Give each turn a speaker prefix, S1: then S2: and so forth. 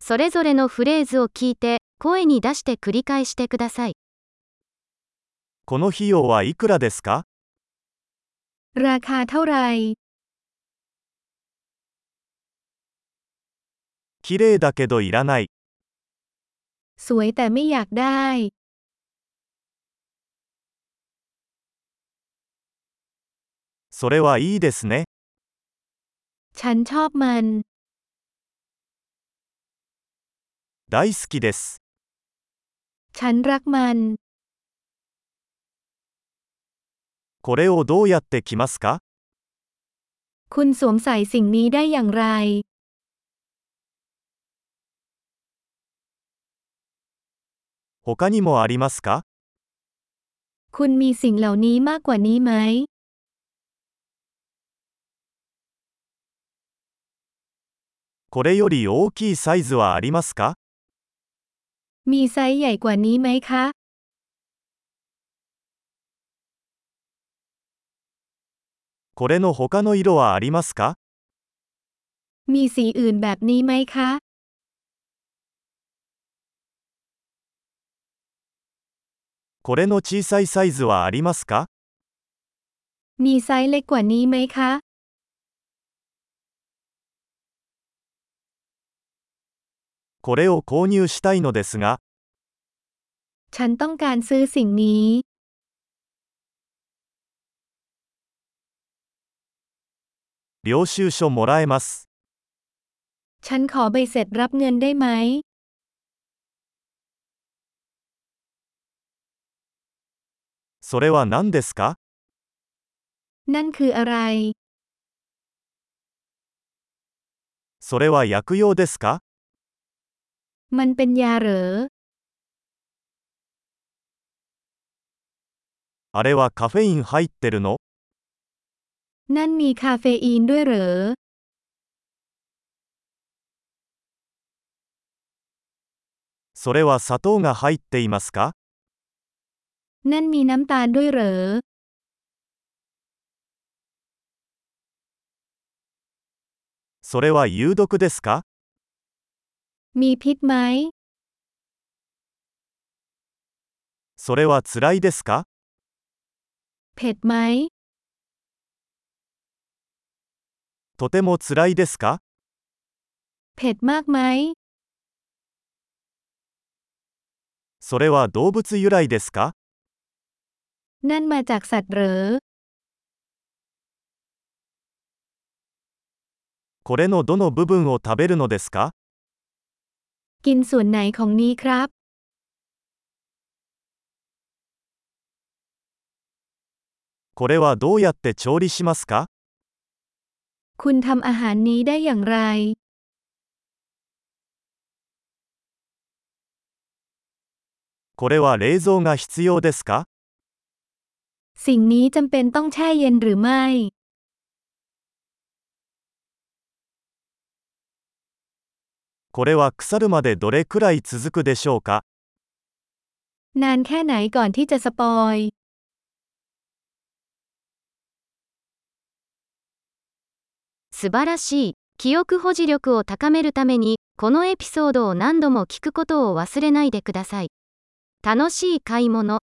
S1: それぞれのフレーズを聞いて、声に出して繰り返してください。
S2: この費用はいくらですか
S3: ราคาเท่าไหร่
S2: 綺麗だけどいらない。
S3: สวยแต่ไม่อยากได้
S2: それはいいですね。
S3: ฉันชอบมัน
S2: 大好きです。
S3: ฉันรักมัน
S2: これをどうやって着ますか
S3: คุณสวมใส่สิ่งนี้ได้อย่างไร
S2: 他にもありますか
S3: คุณมีสิ่งเหล่านี้มากกว่านี้ไหม
S2: これより大きいサイズはありますか
S3: มีไซส์ใหญ่กว่านี้ไหมคะ
S2: これの他の色はありますか
S3: มีสีอื่นแบบนี้ไหมคะ
S2: これの小さいサイズはありますか
S3: มีไซส์เล็กกว่านี้ไหมคะ
S2: これを購入したいのですが、
S3: ฉันต้องการซื้อสิ่งนี้
S2: 領収書もらえます。
S3: ฉันขอใบเสร็จรับเงินได้ไหม
S2: それは何ですか
S3: นั่นคืออะไร
S2: それは薬用ですか
S3: มันเป็นยาเหรอ
S2: あれはカフェイン入ってるの
S3: นั่นมีคาเฟอีนด้วยเหรอ
S2: それは砂糖が入っていますか
S3: นั่นมีน้ำตาลด้วยเหรอ
S2: それは有毒ですか
S3: มีพิษไหม
S2: それは辛いですか
S3: เผ็ดไหม
S2: とても辛いですか
S3: เผ็ดมากไหม
S2: それは動物由来ですか
S3: นั่นมาจากสัตว์เหรอ
S2: これのどの部分を食べるのですか
S3: กินส่วนไหนของนี้ครับ
S2: これはどうやって調理しますか
S3: คุณทำอาหารนี้ได้อย่างไร
S2: これは冷蔵が必要ですか
S3: สิ่งนี้จำเป็นต้องแช่เย็นหรือไม่
S2: これは腐るまでどれくらい続くでしょうか
S3: นานแค่ไหนก่อนที่จะสปอย
S1: 素晴らしい。記憶保持力を高めるために、このエピソードを何度も聞くことを忘れないでください。楽しい買い物。